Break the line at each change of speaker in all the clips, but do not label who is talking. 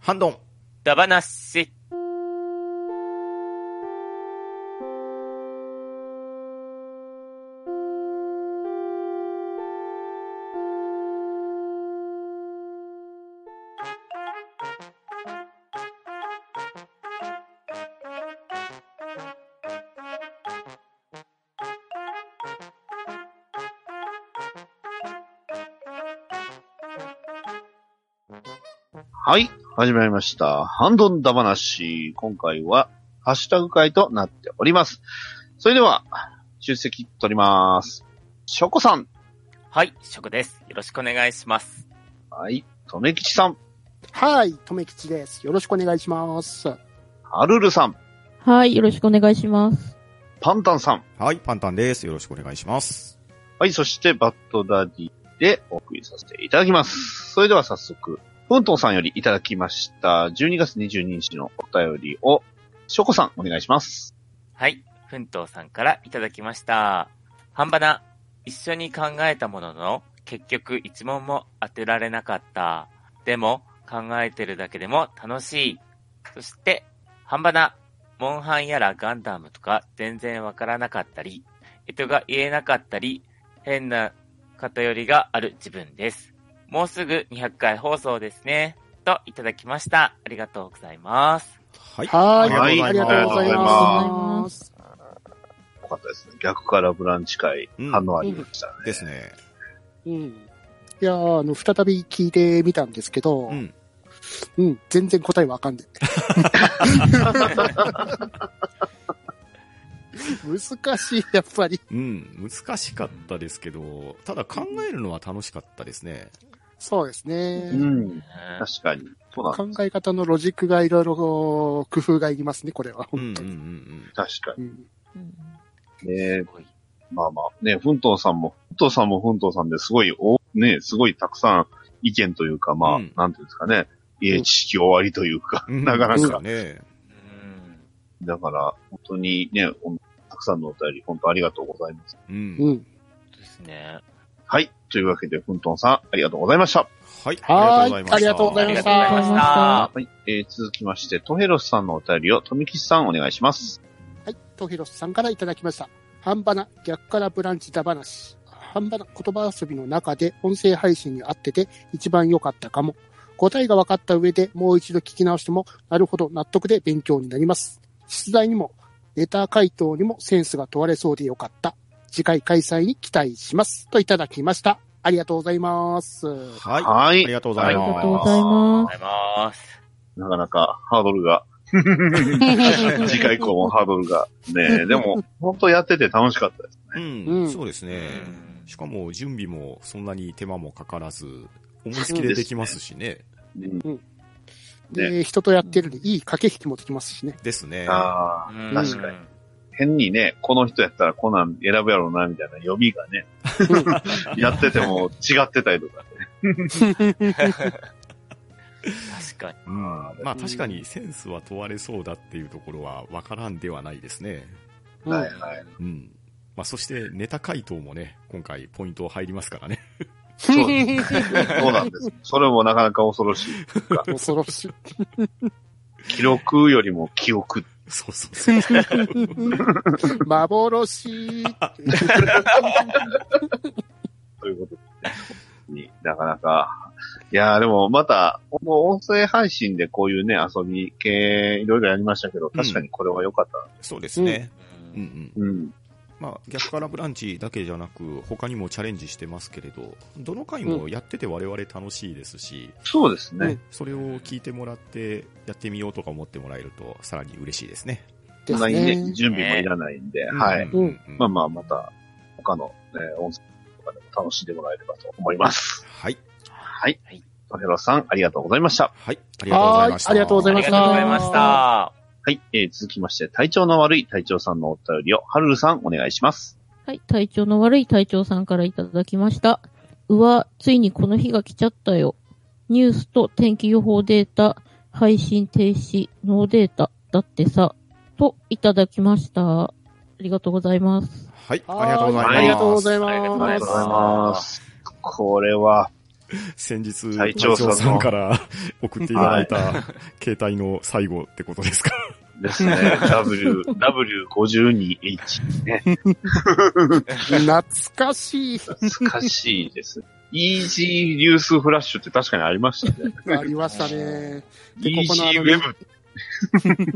ハンドン。
ダバナッシ。
はい。始まりました。ハンドンダ話。今回は、ハッシュタグ会となっております。それでは、出席取ります。ショコさん。
はい、食です。よろしくお願いします。
はい。とめきちさん。
はい、とめきちです。よろしくお願いします。
はるるさん。
はい、よろしくお願いします。
パンタンさん。
はい、パンタンです。よろしくお願いします。
はい。そして、バッドダディでお送りさせていただきます。それでは早速、ふんとうさんよりいただきました。12月22日のお便りを、ショコさん、お願いします。
はい、奮闘さんからいただきました。半ばな、一緒に考えたものの、結局一問も当てられなかった。でも、考えてるだけでも楽しい。そして、半ばな、モンハンやらガンダムとか全然わからなかったり、干支が言えなかったり、変な偏りがある自分です。もうすぐ200回放送ですね。といただきました。ありがとうございます。
はい。
はい、
はい
ありがとうございます。
よかったですね。逆からブランチ会、
うん
反応ありましたね。
ですね。
うん。いやーあの、再び聞いてみたんですけど、
う
うん、
ん。
全然答えわかんない。難しい、やっぱり。
うん。難しかったですけど、ただ考えるのは楽しかったですね。
そうですね。
うん。確かに。そうなんだ
考え方のロジックがいろいろ工夫がいりますね、これは。
うんうんう
本当
んう
に。
ん。
確か
うん
にね。
すごい
まあまあ、ね、ふんとうさんも、ふんとうさんもふんとうさんですごい、お、ね、すごいたくさん意見というか、まあ、
うん
なんていうんですかね、え、知識終わりというか、
うん
なかな
そ
か
う。ね。
うん
だから、本当にね、ほんたくさんのお便り、本当ありがとうございます。
うん。
うん。
ですね。
はい。というわけで、ふんとうさん、ありがとうございました。
はい。
はいありがとうご
あ
ざい
りがとうございま
ました
した。
はい。えー続きまして、トヘロスさんのお便りを、とみきさんお願いします。
はい、トヒロスさんからいただきました。半ばな、逆からブランチだ話。半ばな言葉遊びの中で音声配信に合ってて一番良かったかも。答えが分かった上でもう一度聞き直しても、なるほど納得で勉強になります。出題にも、レター回答にもセンスが問われそうで良かった。次回開催に期待します。といただきました。ありがとうございます。
はい。あ
はい。
りがとうご
あ
ざい
りが
ます。
とうございま
ありがとうございます。
なかなかハードル が、次回以降もハードルが。ねでも、本当やってて楽しかったです。
う。
うんん
そうですね。
うん
しかも、準備もそんなに手間もかからず、思いつきでできますしね。
で、人とやってるにいい駆け引きもできますしね。
ですね。
ああ、
うん
確かに。変にね、この人やったらコナン選ぶやろうな、みたいな読み がね、やってても違ってたりとかね。
確かに。
うん。まあ確かにセンスは問われそうだっていうところはわからんではないですね。
う ん
はいはい。
うん。まあそしてネタ回答もね、今回ポイント入りますからね。
そうですそうなんです。それもなかなか恐ろしい。
恐ろしい。
記録よりも記憶。
そうそうそう。
幻。
ということですね。なかなか。いやーでもまた、この音声配信でこういうね、遊び系、いろいろやりましたけど、確かにこれは良かった。
そうですね。うんうん。
うん。
まあ逆からブランチだけじゃなく、他にもチャレンジしてますけれど、どの回もやってて我々楽しいですし、
そうですね。
それを聞いてもらってやってみようとか思ってもらえるとさらに嬉しいですね。
で
そんな
す
にね、
ね。
準備もいらないんで、はい。
うんうんうん
まあまあ、また、他の、えー音声とかでも楽しんでもらえればと思います。
はい。
はい
はい。
トヘロさん、ありがとうございました。
はい。ありがとうございました。
はいありがとうござ
あり
いま
がと
した
うございました。
はい。えー続きまして、体調の悪い隊長さんのお便りを、はるるさん、お願いします。
はい、体調の悪い隊長さんからいただきました。うわ、ついにこの日が来ちゃったよ。ニュースと天気予報データ、配信停止、ノーデータ、だってさ、といただきました。ありがとうございます。
はい。ありがとうございます。
ありがとうござい
ありがとうござ
あ
い
りが
ま
と
す
うございます。これは、
先日、
隊長さんの
隊さんから 送っていただいた携帯の最後ってことですか。
です ね。W、W52H ね。
懐かしい。
懐かしいです。イージーニュースフラッシュって確かにありましたね。
ありましたね。で、
イー
ここ
ジ
のあ
ー
の
ウ
ね
ェ、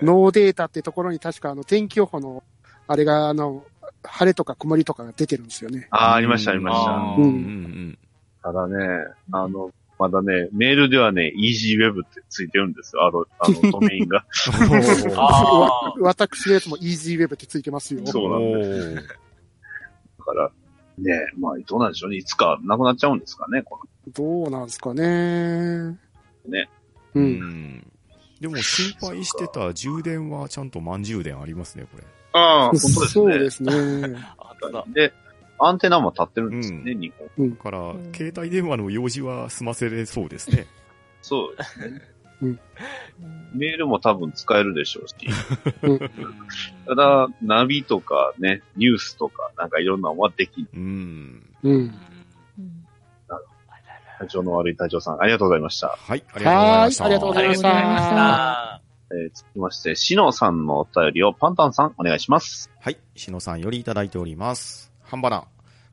ブ。
ノーデータってところに確かあの天気予報の、あれがあの、晴れとか曇りとかが出てるんですよね。
ああ、ありました、ありました。
あ
ー
う
うんん
うん
ただね、あの、まだね、メールではね、イージーウェブってついてるんですよ。あの、あのドメインが。
うん。
あー
私のやつも EasyWeb ってついてますよ。
そうなん
です。
だから、ね、まあ、どうなんでしょうね。いつかなくなっちゃうんですかね、この
どうなんですかね。
ね。
う。
うんん。でも心配してた充電はちゃんと満充電ありますね、これ。
ああ、本当ですね。
そうですね。
本当だ。
で、アンテナも立ってるんですね、
う
日本。
だから
ん、
携帯電話の用事は済ませれそうですね。
そうですね。メールも多分使えるでしょうし。 ただ、ナビとかね、ニュースとか、なんかいろんなのはできる。
うん。
う
うん
ん。
うん
あらら
体調の悪い隊長さん、ありがとうございました。
はい、ありがとうございました。
はーいありがとうございました
ありがとうございま
えー続きまして、シノさんのお便りをパンタンさん、お願いします。
はい、しのさんよりいただいております。ハンバナ、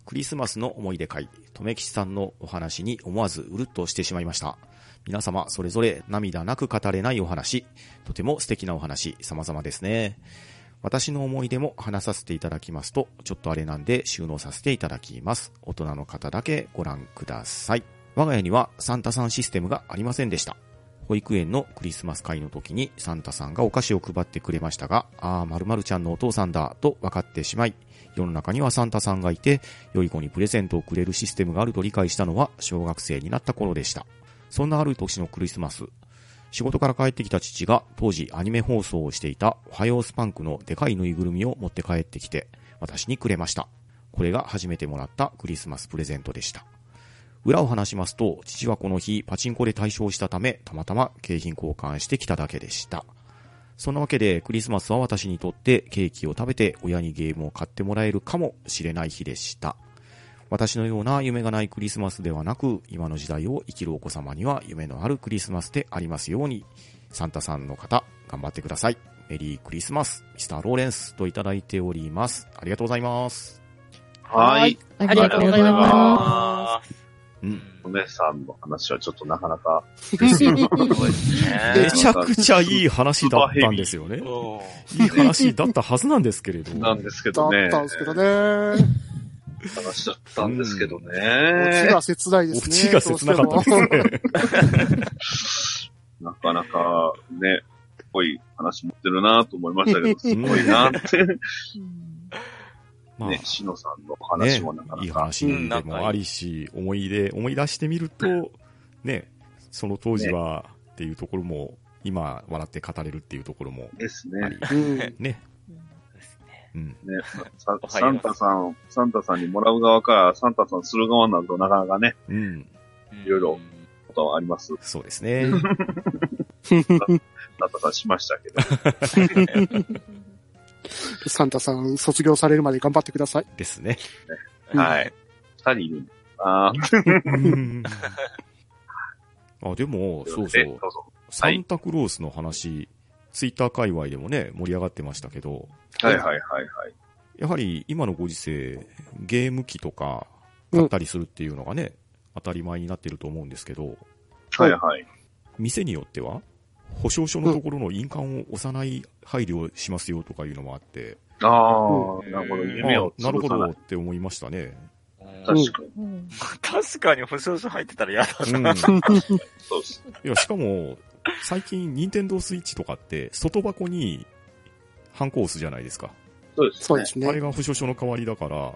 クリスマスの思い出会、とめきちさんのお話に思わずうるっとしてしまいました。皆様、それぞれ涙なく語れないお話、とても素敵なお話、様々ですね。私の思い出も話させていただきますと、ちょっとあれなんで収納させていただきます。大人の方だけご覧ください。我が家にはサンタさんシステムがありませんでした。保育園のクリスマス会の時にサンタさんがお菓子を配ってくれましたが、ああ、まるちゃんのお父さんだと分かってしまい、世の中にはサンタさんがいて、良い子にプレゼントをくれるシステムがあると理解したのは小学生になった頃でした。そんなある年のクリスマス、仕事から帰ってきた父が当時アニメ放送をしていたおはようスパンクのでかいぬいぐるみを持って帰ってきて、私にくれました。これが初めてもらったクリスマスプレゼントでした。裏を話しますと、父はこの日、パチンコで退場したため、たまたま景品交換してきただけでした。そんなわけで、クリスマスは私にとってケーキを食べて親にゲームを買ってもらえるかもしれない日でした。私のような夢がないクリスマスではなく、今の時代を生きるお子様には夢のあるクリスマスでありますように、サンタさんの方、頑張ってください。メリークリスマス、ミスターローレンスといただいております。ありがとうございます。
はい。
あ
した
りがとうございま
うん。
お姉さんの話はちょっとなかなか、
す。
す。そうです
め
ね。
ちゃくちゃいい話だったんですよね。
おー
いい話だったはずなんですけれど。
なんですけ
だ
どね。
ったんですけどね。
話だったんですけどね。
オチが切ないで
オ
すね。
チが切なかったですね。
なかなかね、すごい話持ってるなと思いましたけど、すごいなって、ね、
まあ、
しのさんの話もなか
いい
なか、
話でもありし、思い出、思い出してみると、ね、その当時はっていうところも、今笑って語れるっていうところも
です
あ
ね。
り、
どうしても。
ね。
そうですね
うん。
ね、さ
おは
サ
よう
ンタさん、サンタさんにもらう側から、サンタさんする側になるとなかなかね、
うん。
うん
いろいろことはあります。
そうです ね。
サンタさんしましたけど。
うん。サンタさん、卒業されるまで頑張ってくだ さい。
ですね。
うん
はい。二人いるんだな
うんあ、でも、
とい
そう
こ
そ
とで
う
ど。うぞ。
サンタクロースの話、ツイッター界隈でもね、盛り上がってましたけど、
はいはいはいはい。
やはり今のご時世、ゲーム機とか買ったりするっていうのがね、当たり前になってると思うんですけど、
はいはい。
店によっては、保証書のところの印鑑を押さない配慮をしますよとかいうのもあって、
ああ、
うん
なるほど。
うん
夢を
あなるほ
潰さ
ど
ない。
って思いましたね。
うん
確かに。
うん
確かに保証書入ってたら嫌だ
うん。い
そうです。
や、しかも、最近、任天堂スイッチとかって、外箱に、ハンコ押すじゃないですか。
そうです、ね。
そうです
あれ
ね。
が保証書の代わりだから、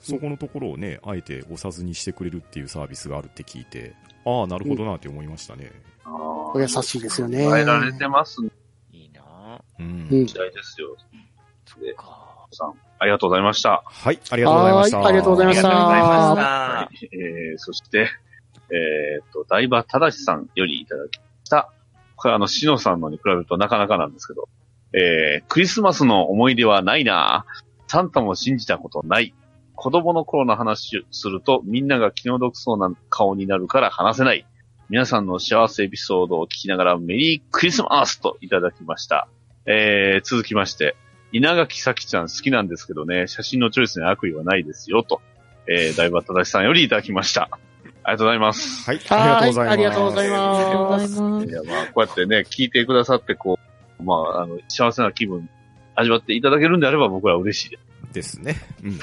そこのところをね、あえて押さずにしてくれるっていうサービスがあるって聞いて、ああ、なるほどなって思いましたね。
あ
お
ー
優しいですよね。
変えられてますね。
いいな
うん。
うん
時代ですよ。
ぁそっか
さん、ありがとうございました。
はい、ありがとうございました。
はいありがとうございました
ありがとうございまし
は
た。
い、えー、そして、えー、っと、大場正さんよりいただきました。これあの、しのさんのに比べるとなかなかなんですけど、えー、クリスマスの思い出はないなサンタも信じたことない。子供の頃の話をするとみんなが気の毒そうな顔になるから話せない。皆さんの幸せエピソードを聞きながらメリークリスマスといただきました。えー、続きまして、稲垣咲ちゃん好きなんですけどね、写真のチョイスに悪意はないですよ、と、えー、大場正さんよりいただきました。ありがとうございます。
はい、
はいありがとうござい
ありがとうご
ま
ざい
す。
ます
い。や、まあ、こうやってね、聞いてくださって、こう、まあ、あの、幸せな気分、味わっていただけるんであれば僕ら嬉しい です。
ですね。 うん。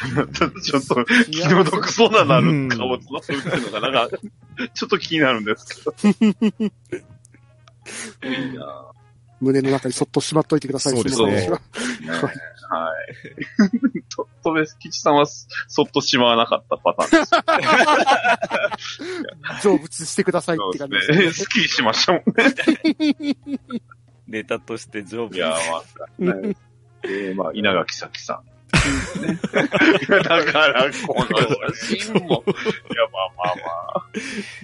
ちょっと、気の毒そうななる顔をつってるのが、なんか、ちょっと気になるんですけど。いいな
胸の中にそっとしまっといてください。
そうですね
の話
ぁ
は
ねはい。 と、とべきちさんは、そっとしまわなかったパターンです。
成仏してください
そ
っ
う
て
で
感じ
すね。
です
っきりしましたもんね。
ネタとして常
い
備。
や、まあ、ね、えー、まあ、稲垣咲さん。ね、 だから、この写真も、いや、まあまあまあ、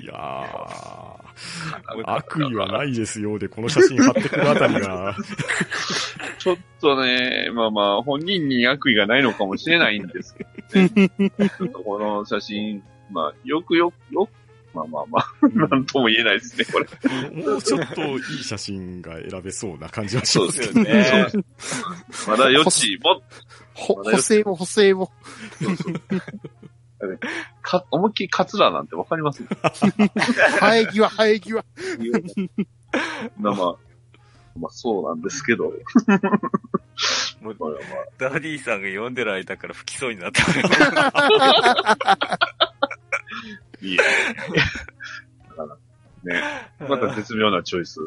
いやー、悪意はないですよ。で、この写真貼ってくるあたりが、
ちょっとね、まあまあ、本人に悪意がないのかもしれないんですけどね。ちょっとこの写真、まあ、よくよく、よく、まあまあまあ、なんとも言えないですね、これ。
もうちょっといい写真が選べそうな感じはし
そ
ま
う
す
で
け
す
ど
よね。 まだ余地も、
ほ補正を補正を。
か、思いっきりカツラなんてわかり ます
生え際、生え際。
まあまあ、まあそうなんですけど。
もう
まあまあ
ダディさんが読んでる間から吹きそうになった。
いやだから ね、また絶妙なチョイス。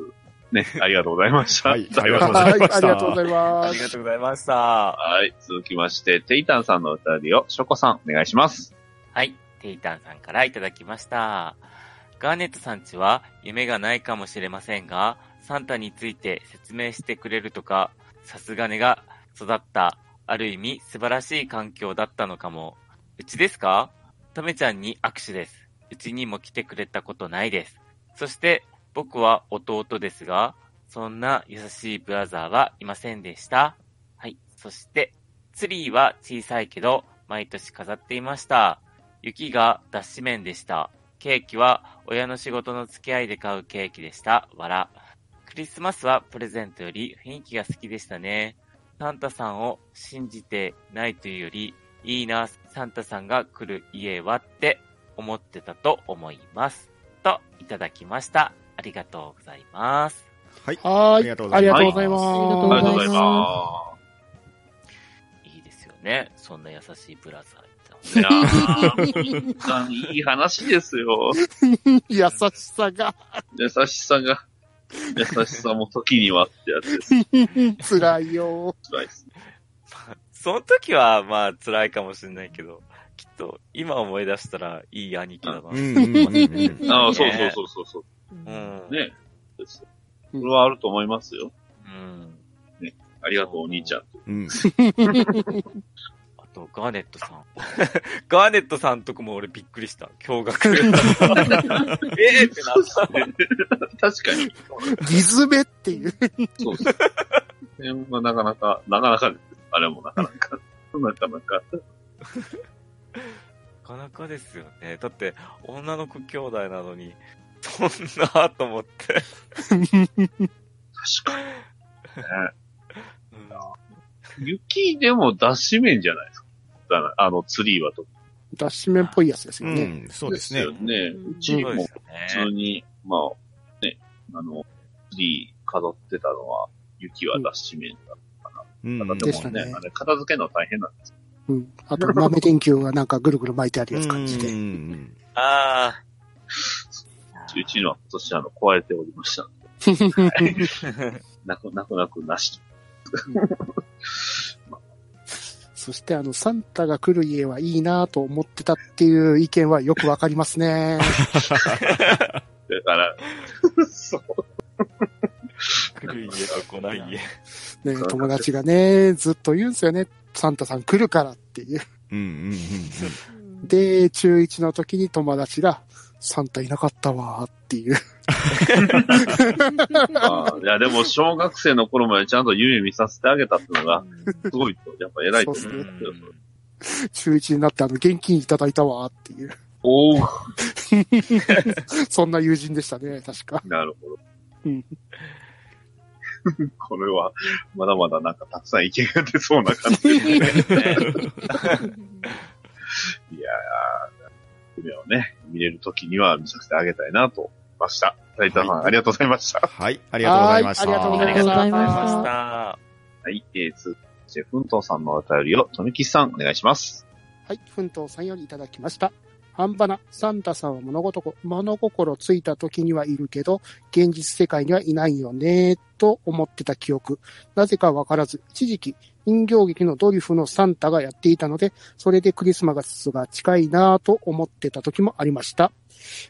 ね、ありがとうございました。
はいありがとうございま
は
す
い、ありがとうござい
あ
ま
りが
す。
とうございました。
はい、続きまして、テイタンさんの歌りを、ショコさん、お願いします。
はい、テイタンさんからいただきました。ガーネットさんちは夢がないかもしれませんが、サンタについて説明してくれるとか、さすがねが育った、ある意味素晴らしい環境だったのかも。うちですかとめちゃんに握手です。うちにも来てくれたことないです。そして僕は弟ですが、そんな優しいブラザーはいませんでした。はい。そして、ツリーは小さいけど、毎年飾っていました。雪が脱脂麺でした。ケーキは親の仕事の付き合いで買うケーキでした。わら。クリスマスはプレゼントより雰囲気が好きでしたね。サンタさんを信じてないというより、いいな、サンタさんが来る家はって思ってたと思います。と、いただきました。ありがとうございます。
はい。
はい、ありがとうござい
あり
あり
が
が
と
と
う
う
ご
ご
ざ
ざ
い
い
ま
ま
いいですよね。そんな優しいブラザー。
す。いやー、本当にいい話ですよ。
ます。優しさが、
優しさが、優しさも時にはってやつです。
辛いよ。
辛いですね。
その時は、まあ、辛いかもしれないけど、きっと、今思い出したら、いい兄貴だな。
うんうんうんうん
ああ、そうそうそうそうそうう。
ん。
ね。それはあると思いますよ。
うん。
ありがとう、お兄ちゃん。
うん。
あと、ガーネットさん。 ガーネットさんとこも俺びっくりした。驚愕。ええってなった。
確かに。
ギズメっていう。
そうです。でもなかなか、なかなかです、あれもなかなか、なかなか。
なかなかですよね。だって、女の子兄弟なのに、そんなと思って。
確か
うん
に。雪でも脱脂面じゃないですか。だからあの、ツリーはと。
脱脂面っぽいやつですよ
う
ね。
ん、そうですね
よ。ね。
うん
うち
そう
も
ですよ
普通
ね。
に、まあ、ね、あの、ツリー飾ってたのは、雪は脱脂面だ
うん。
った。
で
で
し
も
た
ね、
ね
あれ片付けるの大変なんです。
うん。あと、豆電球がなんかぐるぐる巻いてあるやつ感じ
う
で。
ん
あ
うちのは今年あの、壊れておりましたので。なく、なくなくなし。
そして、あの、サンタが来る家はいいなと思ってたっていう意見はよくわかりますね。
だから、そう。
あ、来る家と来ない家。
ね友達がね、ずっと言うんですよね。サンタさん来るからっていう。
うんうん
で、中1の時に友達が、サンタいなかったわーっていう。
あーいや、でも、小学生の頃までちゃんと夢見させてあげたってのが、すごいと、やっぱ偉いと思う
そ
ん
う
で
ですす
よ
ね。中1になってあの、現金いただいたわっていう、
おお
そんな友人でしたね、確か。
なるほど
うん。
これは、まだまだなんかたくさん意見が出そうな感じ。いやー、夢をね、 見れる時には見させてあげたいなと思いました。ライターさん、
はい
ありがとうございました。
はい、ありがとうございました。
はいありがとうご
あ
ざ
り
い
がとうござい
ありが
まし。
とうございました
はい、えー、続いて、ふんとうさんのお便りを、とみきさん、お願いします。
はい、奮闘さんよりいただきました。半ばな、サンタさんは物事こ、物心ついた時にはいるけど、現実世界にはいないよね、と思ってた記憶。なぜかわからず、一時期、人形劇のドリフのサンタがやっていたので、それでクリスマスが近いなぁと思ってた時もありました。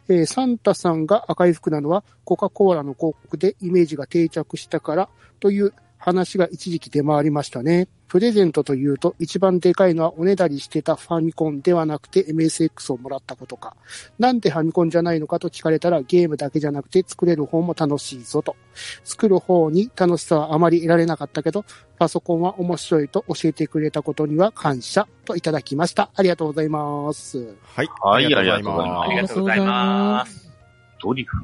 えーサンタさんが赤い服なのは、コカ・コーラの広告でイメージが定着したから、という話が一時期出回りましたね。プレゼントというと、一番でかいのはおねだりしてたファミコンではなくて MSX をもらったことか。なんでファミコンじゃないのかと聞かれたらゲームだけじゃなくて作れる方も楽しいぞと。作る方に楽しさはあまり得られなかったけど、パソコンは面白いと教えてくれたことには感謝といただきました。ありがとうございます。
はい、
はい
あ
あ
り
り
が
が
とう
とう
ご
ご
ざ
ざ
い
い
ま。
ます
ドリフ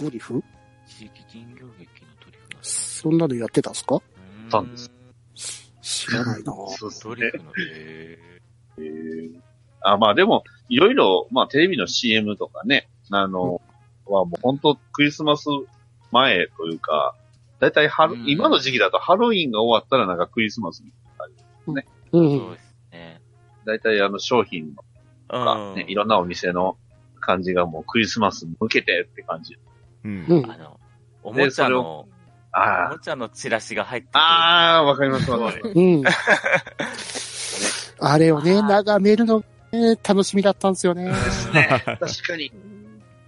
ドリフ
地域人形劇のドリフだ
そんなのやってたんすか
たんです。
知らないな
そうです
ド
ね
リ。フの、え
あ、まあでも、いろいろ、まあテレビの CM とかね、あの、はもう本当クリスマス前というか、だいたい春、
うん
今の時期だとハロウィンが終わったらなんかクリスマスに、
ー、そ
うん
う。ですね。
だいたいあの商品と
う
か、ね、いろんなお店の感じがもうクリスマスに向けてって感じ。
う。
うんん
あ。の、おもちゃの、お
あ
もちゃのチラシが入ってくる。
あ、あーわかりますわかります。
うん。 あれをね、
あー
眺めるの、ね、楽しみだったんですよね。
ですね。確かに。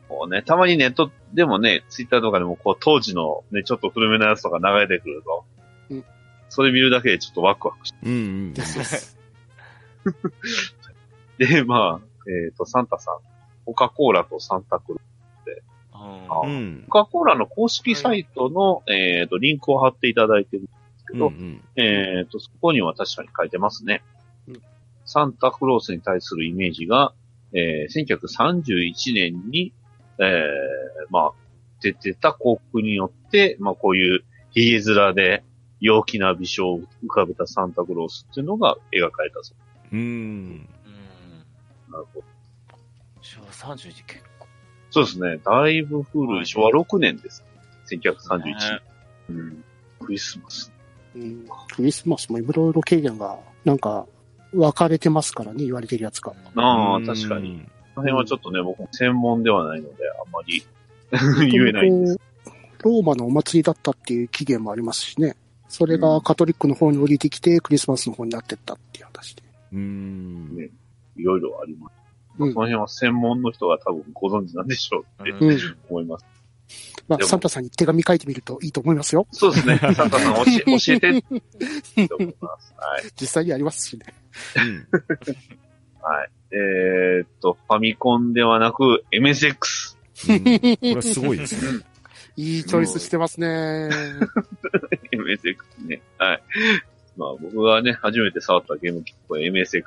こうね、たまにネットでもね、ツイッターとかでもこう当時のね、ちょっと古めのやつとか流れてくると、
うん
それ見るだけでちょっとワクワクし
うんうん。
て。で、まあ、えっ、と、サンタさん、コカ・コーラとサンタクロー
うん
うん。
コカ・コーラの公式サイトの、えっ、と、リンクを貼っていただいてるんですけ
う
ど、
ん
えっ、と、そこには確かに書いてますね。
うん
サンタクロースに対するイメージが、えー1931年に、えーまあ、出てた広告によって、まあ、こういうヒゲ面で陽気な微笑を浮かべたサンタクロースっていうのが描かれたそ
うん。
うん。
う。なるほど。
昭和31結構。
そうですね。だいぶ古い昭和6年です。1931
ね
年。うん。クリスマス。
うんクリスマスもいろいろ経験が、なんか、分かれてますからね、言われてるやつが。
ああ、
うん
確かに。。この辺はちょっとね、僕も専門ではないので、あんまり 言えないんです。
ローマのお祭りだったっていう起源もありますしね。それがカトリックの方に降りてきて、クリスマスの方になってったっていう話で。
うん。
ねいろいろあります。
う
その
ん。
辺は専門の人が多分ご存知なんでしょうって
うん。
思います。
ま
で
あ、
も
サンタさんに手紙書いてみるといいと思いますよ。
そうですね。サンタ さん教え教えてって思います。はい。
実際にありますしね。
うん
えー、っと、ファミコンではなく MSX。
うんこれはすごい ですね。
いいチョイスしてますね。
MSX ね。はい。まあ僕がね、初めて触ったゲーム機、これ MSX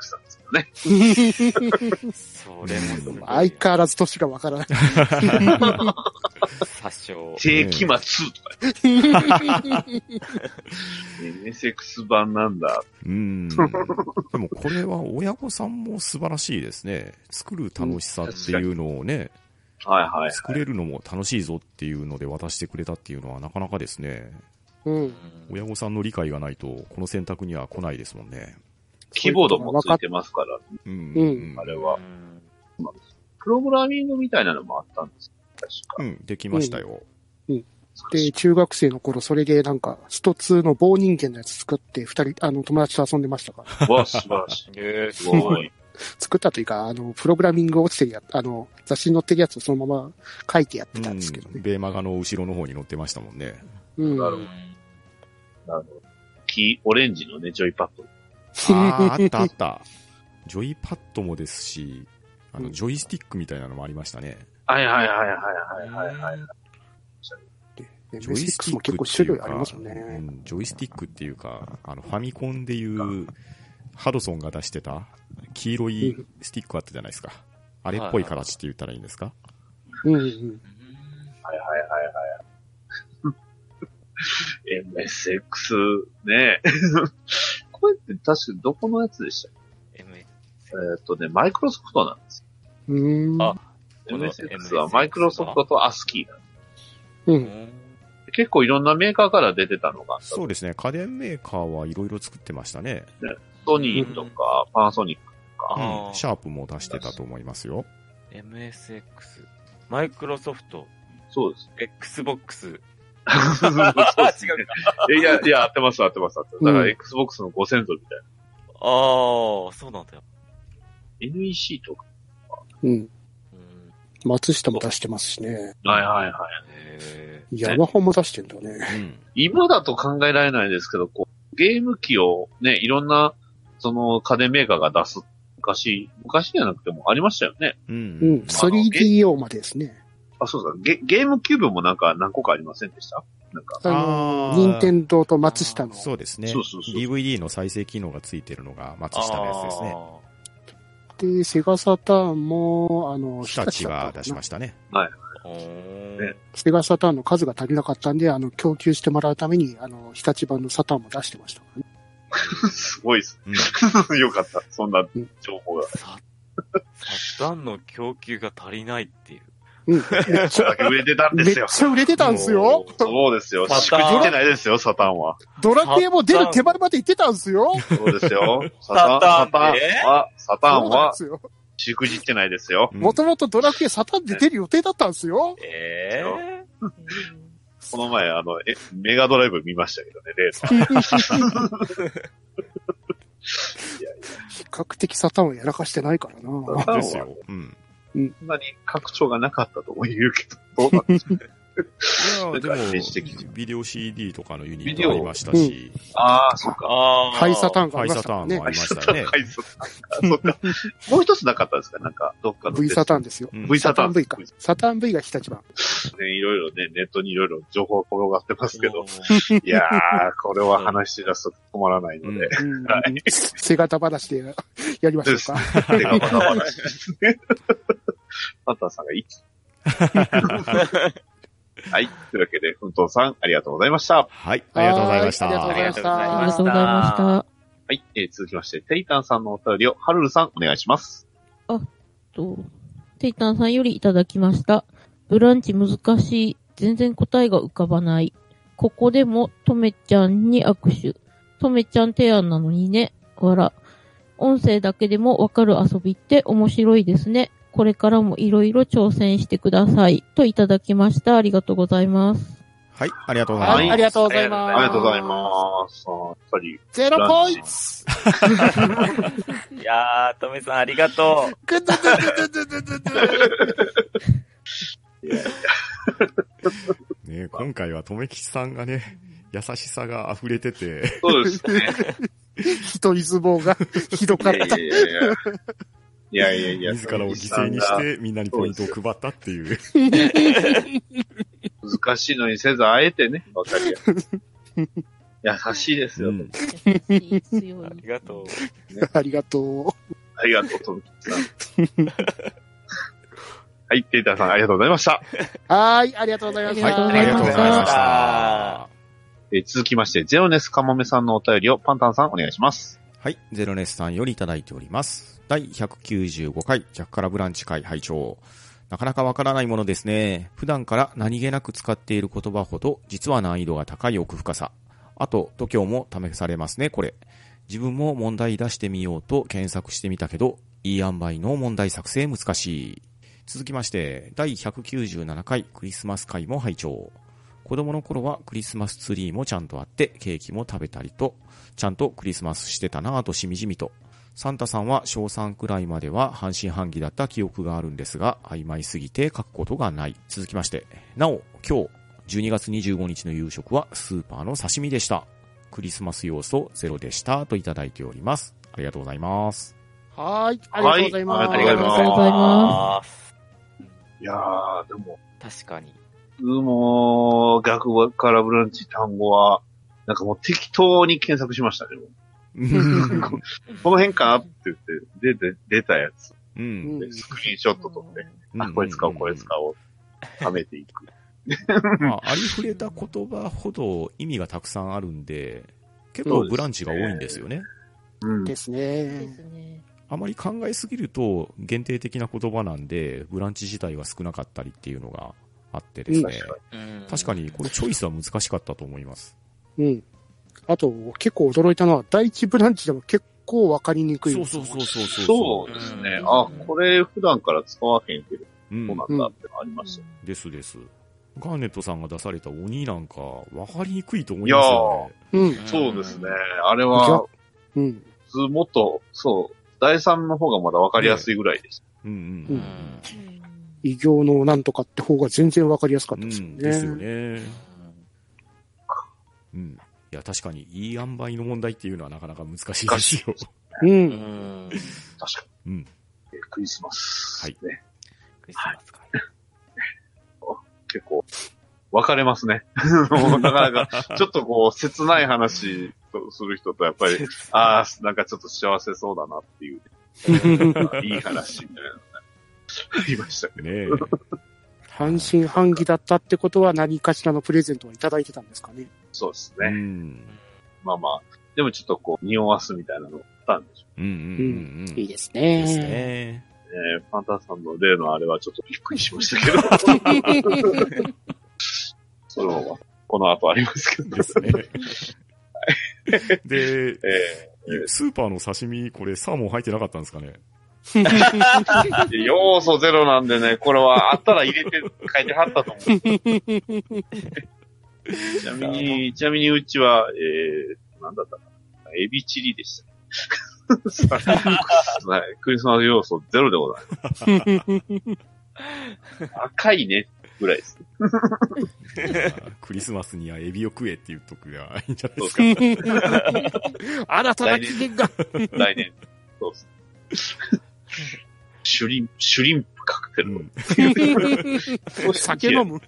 なんですけどね。
それもすごい。
相変わらず年がわからない。
殺傷。
世紀末とか、MSX 版なんだ。
うん。でもこれは親御さんも素晴らしいですね。作る楽しさっていうのをね、
はいはい。
作れるのも楽しいぞっていうので渡してくれたっていうのはなかなかですね。
うん。
親御さんの理解がないと、この選択には来ないですもんね。
キーボードもついてますから、
うん。
うん
あれ
う
は。
ん
プログラミングみたいなのもあったんですよ確
う
か。
ん、できましたよ。
で、中学生の頃、それでなんか、スト2の棒人間のやつ作って、二人、あの、友達と遊んでましたから。
わ、素晴らしい。
えー、
す
す
ご
ご
い
い。。
作ったというか、あの、プログラミング落ちてるや、あの、雑誌に載ってるやつをそのまま書いてやってたんですけど
うん
ね。
ベーマガの後ろの方に乗ってましたもんね。
うん。
なるほあの、黄、オレンジのね、ジョイパッド。
ああ、あった あった。ジョイパッドもですし、あ
う
の、
ん
ジョイスティックみたいなのもありましたね。
はいはいはいはいはいはい、はい。
で
ジョイスティ
MSX
ッ
も
ク
結
っ
構
て
種
いう
類
か、
ありますよ
う
ね。
んジョイスティックっていうか、あの、ファミコンでいう、ハドソンが出してた黄色いスティックあったじゃないですか。あれっぽい形って言ったらいいんですか
うんうん。
はいはいはい。MSX ね。これって確かどこのやつでしたっ
うん
けえーっ、とね、マイクロソフトなんです
うーん。
あ
よ。
この
MSX はマイクロソフトとアスキーなんで
う。
うんん
す結構いろんなメーカーから出てたのがあった
そうですね。家電メーカーはいろいろ作ってましたね。
ソニーとか、パナソニック
う
あ
ん。シ
ー
ャープも出してたと思いますよ。
MSX。マイクロソフト。
そう です。そうで
Xbox。
すね
うか。
いや、いや、合ってます、合ってます、合ってます。だか
う
ら
ん
Xbox のご先祖みたいな。
ああ、そうなんだよ。
NEC とか。
うん。
うん
松下も出してますしね。
はいはいはい。
へ
ヤマホも出してんだね。
うん。
今だと考えられないですけど、こう、ゲーム機をね、いろんな、その家電メーカーが出す、昔、昔じゃなくてもありましたよね。
う
うんん。。3DO までですね。
あ、そうだ、ゲゲームキューブもなんか何個かありませんでしたなんか、
あ
あ
の、
ー
任天堂と松下の。
そうですね。
そうそうそう
DVD の再生機能がついてるのが松
ー
下のやつですね。
あ
で、セガサターンも、あの、
日立が出しま
し
したね。
ーおー
ね
た。セガサターンの数が足りなかったんで、あの、供給してもらうために、あの、日立版のサターンも出してましたからね。
すごいです。
うん。
よかった。そんな情報が。
さ、サタンの供給が足りないっていう。
うん。めっ
そ
ち
れだ
ゃ
け売れてたん
め
で
っ
すよ。
ちゃ売れてたんですよ。
そうですよ。
サタン
しくじってないですよ、サタンは。
ドラクエも出る手前まで行ってたんですよ。
そうですよ。サ
サ
タン、サ
タ
タ
ン
ン
で
は、サタン
そうなん
は
で、すよ。
しくじってないですよ。
もともとドラクエサターンで出る予定だったんですよ。
ええ
この前、あの、え、メガドライブ見ましたけどね、レース。
比較的サターンをやらかしてないから な。
うんですよ。うん。
そんなに拡張がなかったとも言うけど、どう なんですか
いや、でも
歴史的に、
ビデオ CD とかのユニットありました
ビ
し、
ああ、そっか。
ああ。
ハイサタ
ン。
ーンがあ
ハ
り
イ
まし
サ
たか
ターン
ら
もあ。りましたよね。
ね
はい、そっか。そっ か。もう一つなかったですかなんか、どっかの。
V サターン
で
ですよ。
うん
V サターン
V か。サターン V が日立版。
すね。いろいろね、ネットにいろいろ情報転がってますけど
お、
いやー、これは話し出すと止まらないので、
うん背型話でやりましょうか。
手がまだ話ですね。サタンさんがいつはい。というわけで、ふんとうさん、ありがとうございました。
はい、ありがとうございまし
は
た。
いありがとうござい
あり
ま
が
し
とうございました。
はい。えー続きまして、テイタンさんのお便りを、ハルルさん、お願いします。
えっと、テイタンさんよりいただきました。ブランチ難しい。全然答えが浮かばない。ここでも、とめちゃんに握手。とめちゃん提案なのにね。わら。音声だけでもわかる遊びって面白いですね。これからもいろいろ挑戦してください。といただきました。ありがとうございます。
はい、ありがとうござい
は
ま
い、
す。
ありがとうございます。
ありがとうございます。あーやっぱり、
す。ゼロポイン ト
いやー、トメさんありがとう。
ぐずぐずぐずぐずぐず
ね、今回は、とめきちさんがね、優しさが溢れてて、
そうですね。
一人相撲がひどかっ
い
た。
やいやいや。
自らを犠牲にし。て、みんなにポイントを配ったっていう。
難しいのにせず、あえてね、わかりやす い。優しいですよ。
うん
ありがとう。。
ありがと
ありがとう、トムキさん。はい、テイターさん、ありがとうございました。
う。はい、ありがとうございまし
はい、
た。
ありがとうございました。
えー続きまして、ゼロネスカモメさんのお便りを、パンタンさん、お願いします。
はい、ゼロネスさんよりいただいております。第195回、ジャッカラブランチ会拝聴なかなかわからないものですね。普段から何気なく使っている言葉ほど、実は難易度が高い奥深さ。あと、度胸も試されますね、これ。自分も問題出してみようと検索してみたけど、いい塩梅の問題作成難しい。続きまして、第197回クリスマス会も拝聴子供の頃はクリスマスツリーもちゃんとあって、ケーキも食べたりと、ちゃんとクリスマスしてたなぁとしみじみと。サンタさんは小3くらいまでは半信半疑だった記憶があるんですが、曖昧すぎて書くことがない。続きまして。なお、今日、12月25日の夕食はスーパーの刺身でした。クリスマス要素ゼロでした。といただいております。ありがとうございます。
はい、ありがとうございます。
はいありがとうございます
ありがとうございます
いやー、でも、
確かに。
もう、学語からブランチ単語は、なんかもう適当に検索しましたね。
うん。
この辺かなって言って、出て、出たやつ
う。
うんん
で、スクリーンショット撮って、
う
あ、
ん
これ使おう、これ使おう、はめていく。
まあ、ありふれた言葉ほど意味がたくさんあるんで、結構ブランチが多いんですよね。
うん。
です
で
ね。
すね。
あまり考えすぎると限定的な言葉なんで、ブランチ自体が少なかったりっていうのがあってですね。
うん
確かに、これチョイスは難しかったと思います。
うん。あと、結構驚いたのは、第一ブランチでも結構わかりにくい。
そうそうそうそうそう。
そうですね。
うん
あ、これ普段から使わへんけど、
う
そうんな。んだってのありましたよ。
ですです。ガーネットさんが出された鬼なんか、わかりにくいと思いますよね。
うん。
そうですね。あれは、
うん。
普通もっと、そう、第三の方がまだわかりやすいぐらいです。
うん
う
うんん。
異形のなんとかって方が全然わかりやすかっ
う
たですよ
ん、
ね。
ですよね。うん。いや、確かに、いい塩梅の問題っていうのはなかなか難しいですよ。
う。
うんん。
確か
う
に。
ん
えークリスマス。
はい
ね。
クリスマスか。
結構、分かれますね。 なかなか、ちょっとこう、切ない話をする人と、やっぱ り、ああ、なんかちょっと幸せそうだなっていう、いい話みたいなのがありましたけど。
ね え。
半信半疑だったってことは何かしらのプレゼントをいただいてたんですかね。
そうです
う
ね。
ん。
まあまあ、でもちょっとこう、匂わすみたいなのがあったんでしょ
うんうんうんうん。
いい
で
です
す
ね。
ね。
うね。パンタさんの例のあれはちょっとびっくりしましたけど、それは、この後ありますけど。
ですね。 で、
え
スーパーの刺身、これサーモン入ってなかったんですかね
ーで要素ゼロなんでね、これはあったら入れて書いてはったと思う。ちなみに、ちなみにうちは、えー、なんだったかな。エビチリでした。はいクリスマス要素ゼロでございます。赤いね、ぐらいです。
クリスマスにはエビを食えって言っとくがいいんじゃない
そう
で
ですす
か。
か。
新たな機嫌 が。
来年。そうです。シュリン、シュリンプカクテ
う
ル。
ん
酒飲む。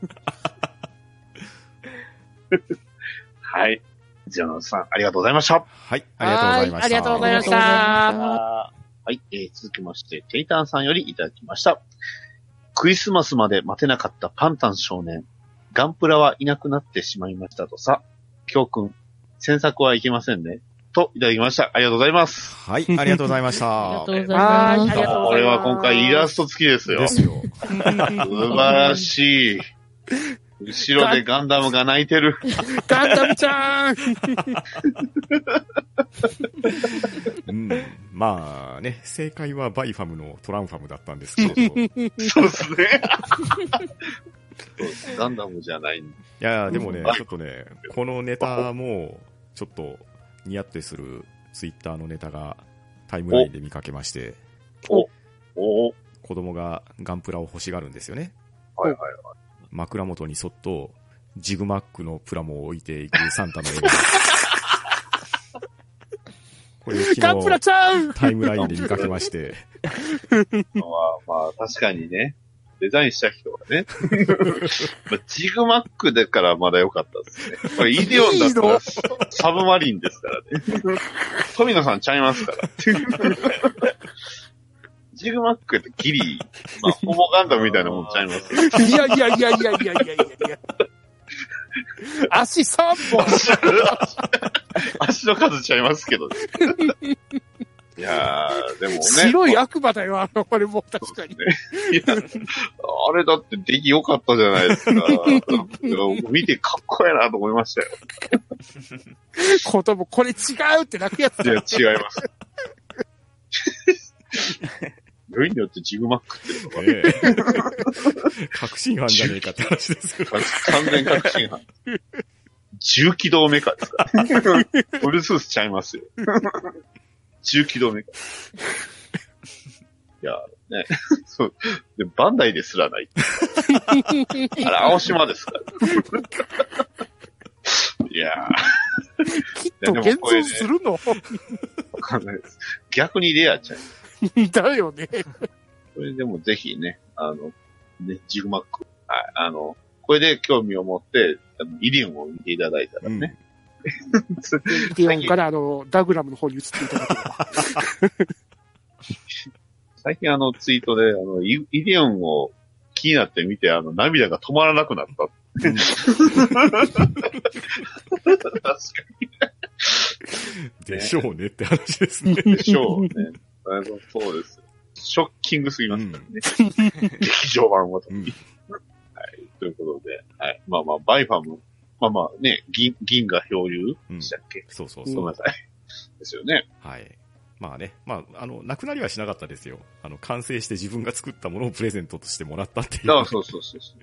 はい。ジャノさん、ありがとうございました。
はい、ありがとうございました。
はいありがとうございました
はい、えー続きまして、テイタンさんよりいただきました。クリスマスまで待てなかったパンタン少年。ガンプラはいなくなってしまいましたとさ。きょうくん、詮索はいけませんね。と、いただきました。ありがとうございます。
はい、ありがとうございまし
あ
た
りがと。うござ
はいい、あ
ま
り。
す
がとうご
こ
ざ
れ
います。
は今回イラスト付きですよ
で。すよ。
素晴らしい。後ろでガンダムが泣いてる。
ガンダムちゃん
うん。まあね、正解はバイファムのトランファムだったんですけれ ど。い
そうですね。ガンダムじゃないんで
や、でもね、ちょっとね、このネタも、ちょっと、ニヤッとするツイッターのネタがタイムラインで見かけまして、
おお
子供がガンプラを欲しがるんですよね。
はいはい。
枕元にそっと、ジグマックのプラモを置いていくサンタの絵 が。これ
ガン
昨
プラ
日
ちゃん
タイムラインで見かけまして、
のは、まあ確かにね、デザインした人は ね。まあ、ジグマックだからまだ良かったですね。これイデオンだったらサブマリンですからね。富野さんちゃいますから。ジグマックってギリ、まあ、ホモガンダムみたいなもんちゃいます よ。
いやいやいやいやいやいやいやいや。足3本
足の数ちゃいますけどね。いやー、でもね。
白い悪魔だよ、あの、これもう確かに。
いや、あれだって出来良かったじゃないですか。 見てかっこええなと思いましたよ。
子供、これ違うって泣くやつ。
いや、違います。よりによってジグマックっていうのが
ええ確信犯じゃねえかって話ですけど。
完全確信犯。重機動メカですから、 ね。ブルースースちゃいますよ。重機動メカ。いや、ね。そう。で、バンダイですらない。あれ、青島ですから。いやー。
きっと現存するの
わかんないです。逆にレアちゃん。
だよね。
これでもぜひね、あの、ね、ジグマック。はい、あの、これで興味を持って、あのイリウムを見ていただいたらね、
イデオンからあの、ダグラムの方に移っていただければ。
最近あのツイートで、あの、イイデオンを気になって見て、あの、涙が止まらなくなった。確か
でしょうねって話ですね。
にでしょうね。あのそうです。ショッキングすぎますからね。劇場版ごと
うん
に。はい。ということで、はい。まあまあ、バイファム。まあまあね、銀、銀河漂流
うん
でしたっけ、
そうそう
ご
そ
めん
う。
なさい。ですよね。
はい。まあね、まあ、あの、なくなりはしなかったですよ。あの、完成して自分が作ったものをプレゼントとしてもらったってい
だから
う。
そうそうそうそ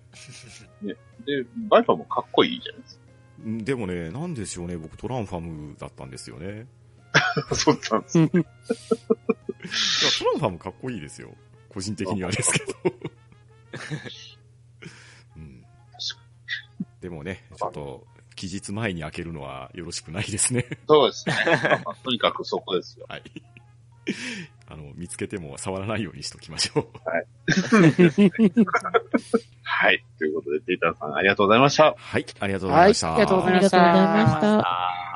う。ね。で、バイファムかっこいいじゃないです
うんでもね、なんでしょうね、僕トランファムだったんですよね。
か。そうなんです。
いやトランファムかっこいいですよ。個人的にはです けど。うん、でもね、ちょっと、期日前に開けるのはよろしくないですね。
そうですね。まあまあとにかくそこですよ。
はい。あの、見つけても触らないようにしときましょう。
はい。ということで、データさんありがとうございました。
はい、ありがとうござ
はいい
まし、た。
ありがとうござ
あ
いま
りが
した
とうございま。した。
あ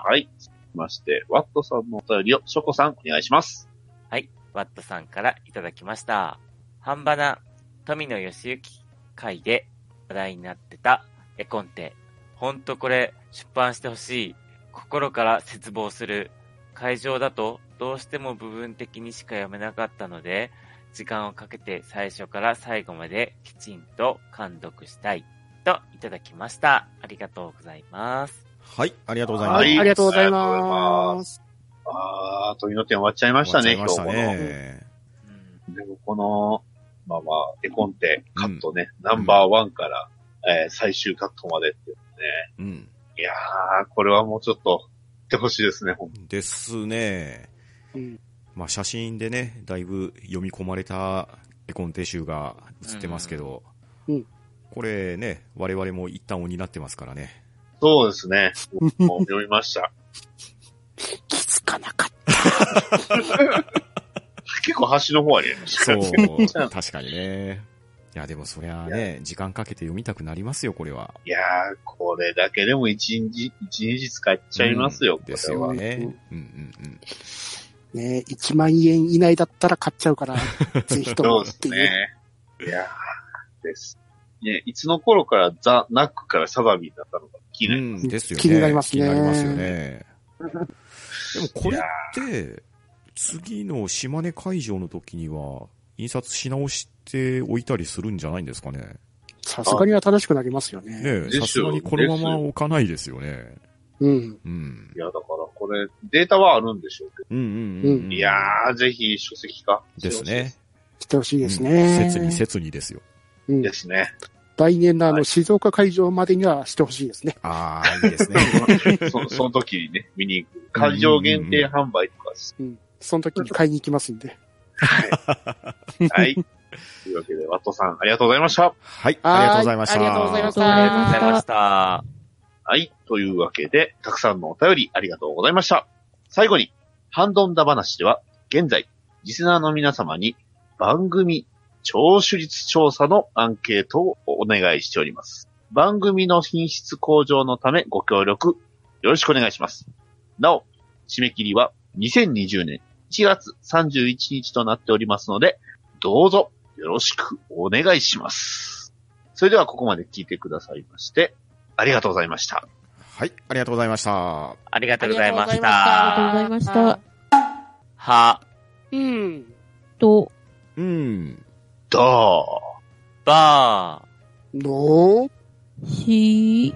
はい。続きまして、ワットさんのお便りを、ショコさんお願いします。
ーはい。ワットさんからいただきました。半ばな富野義行会で話題になってた絵コンテ。ほんとこれ出版してほしい。心から絶望する。会場だとどうしても部分的にしか読めなかったので、時間をかけて最初から最後まできちんと監読したい。といただきました。ありがとうございます。
はい、ありがとうございます。
は、
はいい
ありがとうござい
ありがとうござい
ま。
ますあー、鳥の点終わっちゃいましたね、
終わっちゃいましたね。
うん
今日この。でもこの、まあまあ、絵コンテ、カットね、ナンバーワンから、えー最終カットまでって。
うん。
いやー、これはもうちょっと、ってほしいですね、ほん
ですね。
うん
まあ、写真でね、だいぶ読み込まれた絵コンテ集が写ってますけど、
うんうん
これね、我々も一旦になってますからね。
そうですね。僕も読みました。
気づかなかっ
結構端の方ありました。
そう、
そう
確かにね。いや、でもそりゃあね、時間かけて読みたくなりますよ、これは。
いやー、これだけでも一日、一日使っちゃいますよ、
うん
これ
です
は
よ。ね。う
うん
うん
た。ね1万円以内だったら買っちゃうから、 ぜひと
そ
も
うで
っ
す
ていう。
ね。いやー、です。ね、いつの頃からザ・ナックからサバビーだったのか気
う
になり
ん。うん、ですよね。
気になりますね
気になりますよね。 でもこれって、次の島根会場の時には、印刷し直しておいたりするんじゃないんですかね。
さすがに新しくなりますよね。
ねえ
です
さ
よ
すがにこのまま置かないですよね。
うん。
うん
い。や、だからこれ、データはあるんでしょう
う
け
んうん
う
うん。
ど。いやー、ぜひ書籍化。
ですね。。
してほしいです
うん
ね。
切に切にですよ。
うん
で すね。
来年のあの、静岡会場までにはしてほしいですね。
ああ、いいですね。
そその時にね、見に行く。会場限定販売とかです。
うん。その時に買いに行きますんで。
はい。というわけで、ワットさん、ありがとうございました。
はい、ありがとうございました。
はいありがとうございまし
あ
ありが
り
とうござい
がとうござい
ま
ま
し。
した
はい。というわけで、たくさんのお便りありがとうございました。最後に、ハンドンダ話では、現在、リスナーの皆様に番組聴取率調査のアンケートをお願いしております。番組の品質向上のためご協力よろしくお願いします。なお、締め切りは2020年1月31日となっておりますので、どうぞよろしくお願いします。それではここまで聞いてくださいまして、ありがとうございました。
はい、ありがとうございました。
ありがとうございまし
ありがとう
た。
ございました。
は、
うん。
と、
うん。
どう
ばー。
の
し、